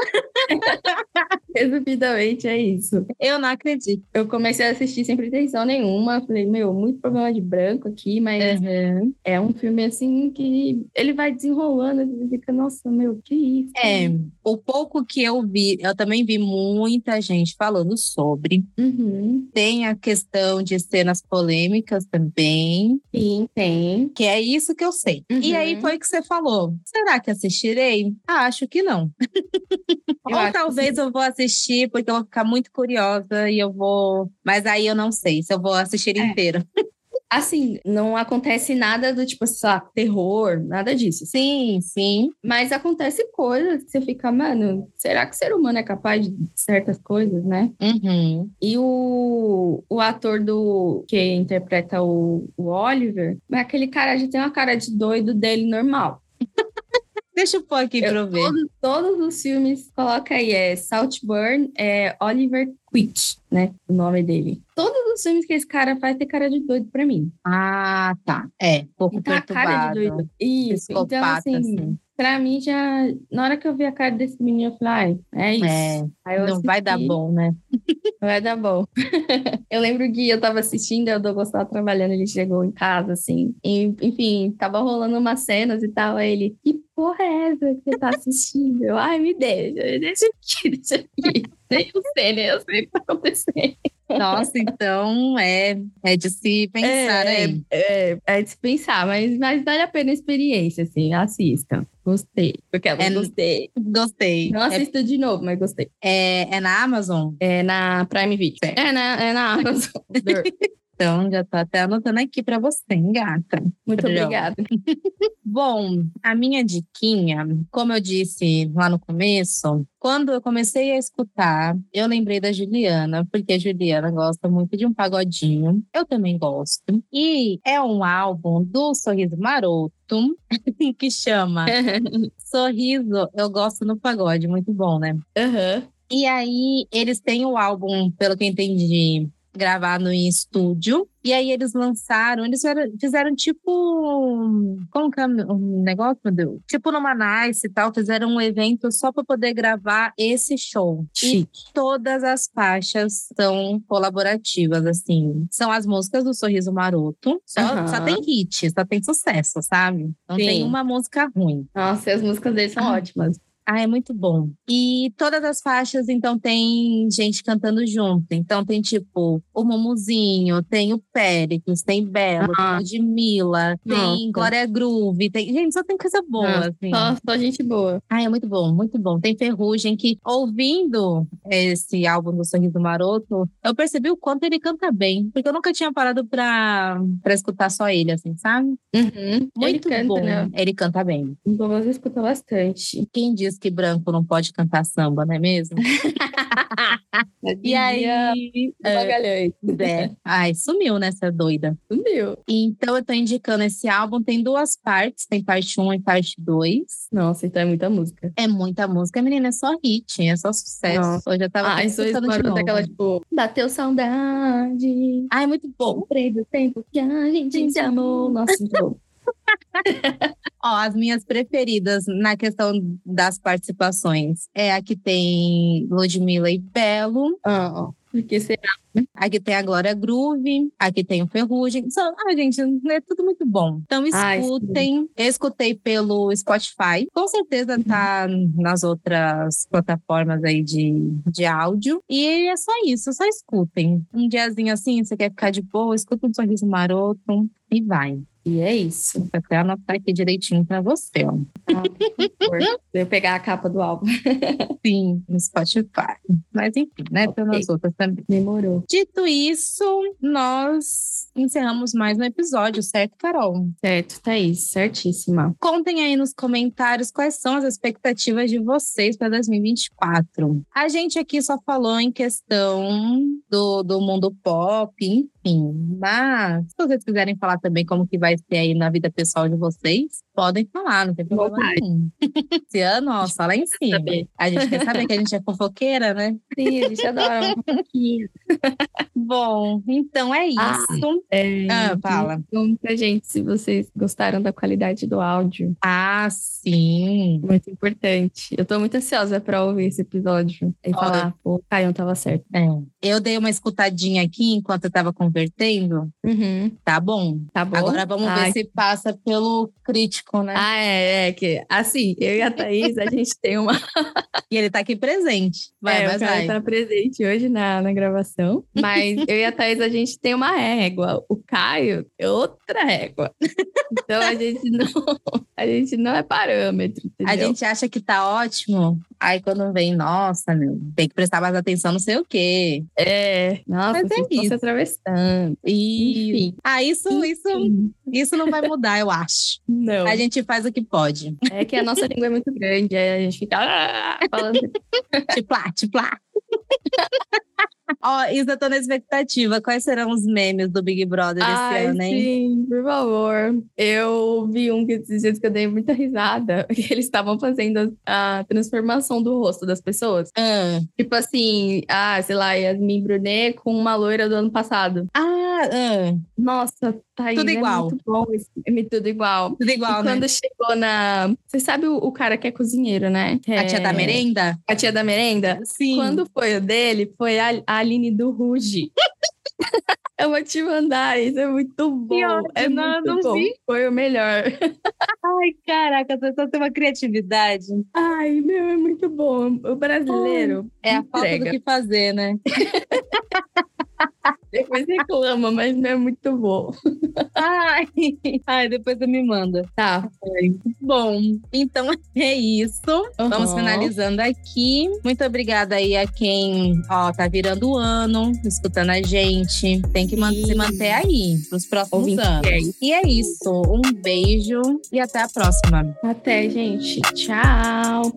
B: Resumidamente é isso.
A: eu não acredito.
B: Eu comecei a assistir sem pretensão nenhuma. Falei, meu, muito problema de branco aqui, mas
A: Uhum.
B: é um filme assim que ele vai desenrolando. e Você fica, nossa, meu, que isso.
A: É, o pouco que eu vi, eu também vi muita gente falando sobre.
B: Uhum.
A: Tem a questão de cenas polêmicas também,
B: Sim, tem.
A: que é isso que eu sei. E
B: Uhum.
A: aí foi o que você falou. Será que assistirei? Ah, acho que não.
B: Eu
A: Ou
B: acho que
A: talvez eu vou assistir, porque eu vou ficar muito curiosa e eu vou. Mas aí eu não sei se eu vou assistir
B: É.
A: inteiro.
B: Assim, não acontece nada do tipo, sei lá, terror, nada disso.
A: Sim, sim.
B: Mas acontece coisas que você fica, mano, será que o ser humano é capaz de certas coisas, né?
A: Uhum.
B: E o, o ator do que interpreta o, o Oliver, mas aquele cara já tem uma cara de doido dele normal.
A: Deixa eu pôr aqui
B: Eu
A: pra eu ver.
B: Todos, todos os filmes, coloca aí, é Saltburn, é Oliver Quick, né? O nome dele. Todos os filmes que esse cara faz tem cara de doido pra mim.
A: Ah, tá. É, um pouco
B: Ele Tá a cara
A: perturbado.
B: de doido. Isso. Então,
A: Psicopata,
B: assim,
A: assim.
B: pra mim já. Na hora que eu vi a cara desse menino, eu falei, ai, é isso.
A: É,
B: Aí eu
A: não vai dar
B: assisti.
A: bom, né?
B: Vai dar bom. *laughs* eu lembro que eu tava assistindo, aí o Douglas tava trabalhando, ele chegou em casa, assim. E, enfim, tava rolando umas cenas e tal. Aí ele, que porra é essa que você tá assistindo? Eu, Ai, me deixa, me deixa aqui, *laughs* deixa aqui. Nem eu sei, nem eu sei o que tá acontecendo.
A: Nossa, então é, é de se pensar né? aí.
B: É, é, é de se pensar, mas, mas vale a pena a experiência, assim, assista. Gostei. Porque eu
A: É-
B: gostei.
A: Gostei.
B: Não
A: É,
B: assisto de novo, mas gostei.
A: é- é na Amazon?
B: É na Prime Video.
A: Certo.
B: É na, é na Amazon.
A: *laughs* Então, já tô até anotando aqui pra você, hein, gata.
B: Muito
A: Não.
B: obrigada.
A: Bom, a minha diquinha, como eu disse lá no começo, quando eu comecei a escutar, eu lembrei da Juliana, porque a Juliana gosta muito de um pagodinho, eu também gosto. E é um álbum do Sorriso Maroto, *laughs* que chama Sorriso, eu gosto no pagode, muito bom, né?
B: Aham.
A: E aí, eles têm o álbum, pelo que eu entendi, gravado em estúdio. E aí, eles lançaram, eles fizeram, fizeram tipo. um- Como que é o um negócio, meu Deus? Tipo numa Nice e tal, fizeram um evento só para poder gravar esse show. E
B: Chique.
A: todas as faixas são colaborativas, assim. São as músicas do Sorriso Maroto. Só,
B: Aham.
A: só tem hit, só tem sucesso, sabe? Não tem
B: Sim.
A: uma música ruim.
B: Nossa, e as músicas dele são
A: Ah.
B: ótimas.
A: Ah, é muito bom. E todas as faixas, então, tem gente cantando junto. Então, tem tipo o Mumuzinho, tem o Péricles, tem Belo,
B: Ah.
A: tem Ludmilla, tem
B: Nossa.
A: Glória Groove. Tem... Gente, só tem coisa boa,
B: Nossa,
A: assim.
B: Só, só gente boa.
A: Ah, é muito bom, muito bom. Tem Ferrugem que, ouvindo esse álbum do Sorriso Maroto, eu percebi o quanto ele canta bem. Porque eu nunca tinha parado pra, pra escutar só ele, assim, sabe?
B: Uhum. Ele
A: Muito
B: canta,
A: bom.
B: né?
A: Ele canta bem.
B: O Douglas escuta bastante.
A: Quem diz diz que branco não pode cantar samba, não é mesmo?
B: E aí,
A: é.
B: Magalhães.
A: É. Ai, sumiu, né, essa doida.
B: *laughs* Sumiu.
A: Então, eu tô indicando esse álbum, tem duas partes, tem parte 1 e parte 2.
B: Nossa, então é muita música.
A: É muita música, menina, é só hit, é só sucesso.
B: Nossa.
A: Hoje eu tava
B: Ah,
A: até
B: isso é
A: escutando de novo.
B: daquela, tipo, bateu saudade.
A: Ai, muito bom.
B: Lembrei do tempo que a gente se amou. Nossa, muito
A: *laughs*
B: bom.
A: Ó, as minhas preferidas na questão das participações é a que tem Ludmilla e Belo,
B: Ah, ó. Porque será?
A: a que tem a Glória Groove, a que tem o Ferrugem. Só, ah, gente, é tudo muito bom. Então
B: Ai, sim.
A: escutem. Eu escutei pelo Spotify. Com certeza tá nas outras plataformas aí de, de áudio. E é só isso, só escutem. Um diazinho assim, você quer ficar de boa, escuta um sorriso maroto e vai.
B: E é isso.
A: Vou até anotar aqui direitinho pra você, ó.
B: Por- Deu pegar a capa do álbum. *laughs*
A: Sim, no Spotify. Mas enfim, né?
B: Ok.
A: Pelas outras também.
B: Demorou.
A: Dito isso, nós encerramos mais um episódio, certo, tá Carol?
B: Certo, Thaís. Certíssima.
A: Contem aí nos comentários quais são as expectativas de vocês para 2024. A gente aqui só falou em questão do, do mundo pop, enfim. Mas se vocês quiserem falar também como que vai ser aí na vida pessoal de vocês, podem falar, não tem problema
B: Vontade.
A: nenhum. *laughs* Esse ano, ó, só lá em cima.
B: saber.
A: A gente quer saber que a gente é fofoqueira, né?
B: Sim, um a gente adora uma fofoquinha.
A: Bom, então é isso.
B: Ah, É,
A: *laughs* Ah, fala.
B: Digam pra gente se vocês gostaram da qualidade do áudio.
A: Ah, sim.
B: Muito importante. Eu tô muito ansiosa pra ouvir esse episódio e
A: Olha.
B: falar, pô, o Caio tava certo.
A: É. Eu dei uma escutadinha aqui enquanto eu tava convertendo.
B: Uhum.
A: Tá bom.
B: Tá bom.
A: Agora vamos ver
B: Ai,
A: se passa pelo crítico, né?
B: Ah, é, é que assim, eu e a Thaís, a gente tem uma.
A: E ele tá aqui presente. *laughs* Vai,
B: Ah. é,
A: vai,
B: o
A: vai.
B: Caio tá presente hoje na, na gravação. Mas eu e a Thaís, a gente tem uma régua. O Caio é outra régua. Então a gente não, a gente não é parâmetro,
A: A
B: entendeu?
A: gente acha que tá ótimo, aí quando vem, nossa, meu, tem que prestar mais atenção, não sei o quê.
B: É. Nossa,
A: Mas é
B: vocês estão
A: isso.
B: se atravessando.
A: E
B: Enfim.
A: ah, isso, isso, isso não vai mudar, eu acho.
B: Não.
A: Então, A gente faz o que pode.
B: É que a nossa língua é muito grande. Aí a gente fica ah, falando.
A: Tiplá,
B: *laughs*
A: tiplá. Ó, Isa, tô na expectativa. Quais serão os memes do Big Brother
B: Ai,
A: esse ano, hein?
B: sim, por favor. Eu vi um que esses dias que eu dei muita risada. *laughs* que Eles estavam fazendo a, a transformação do rosto das pessoas.
A: Ah,
B: Tipo assim, ah, sei lá, Yasmin Brunet com uma loira do ano passado.
A: ah, ah.
B: Nossa, tá aí.
A: Tudo
B: né?
A: igual.
B: Muito bom esse, é tudo igual.
A: tudo
B: E
A: igual, né?
B: quando chegou na. Você sabe o, o cara que é cozinheiro, né? Que
A: A tia
B: é-
A: da merenda?
B: A tia da merenda?
A: Sim.
B: Quando foi o dele, foi a, a Aline do Ruge. *laughs* Eu vou te mandar, isso é muito bom.
A: Que ótimo,
B: é
A: não,
B: muito
A: não
B: bom.
A: vi.
B: Foi o melhor.
A: Ai, caraca, a pessoa tem uma criatividade.
B: Ai, meu, é muito bom. O brasileiro
A: É a falta do
B: Entrega.
A: que fazer, né?
B: depois reclama, mas não é muito bom.
A: Ai, *laughs* ai depois você me manda.
B: Tá.
A: Bom, então *laughs* é isso. Vamos
B: Uhum.
A: finalizando aqui. Muito obrigada aí a quem, ó, tá virando o ano, escutando a gente. Tem que man-
B: Sim.
A: se manter aí nos próximos
B: Ouvinte
A: anos.
B: fiel.
A: E é isso. Um beijo e até a próxima.
B: Até, gente. Tchau.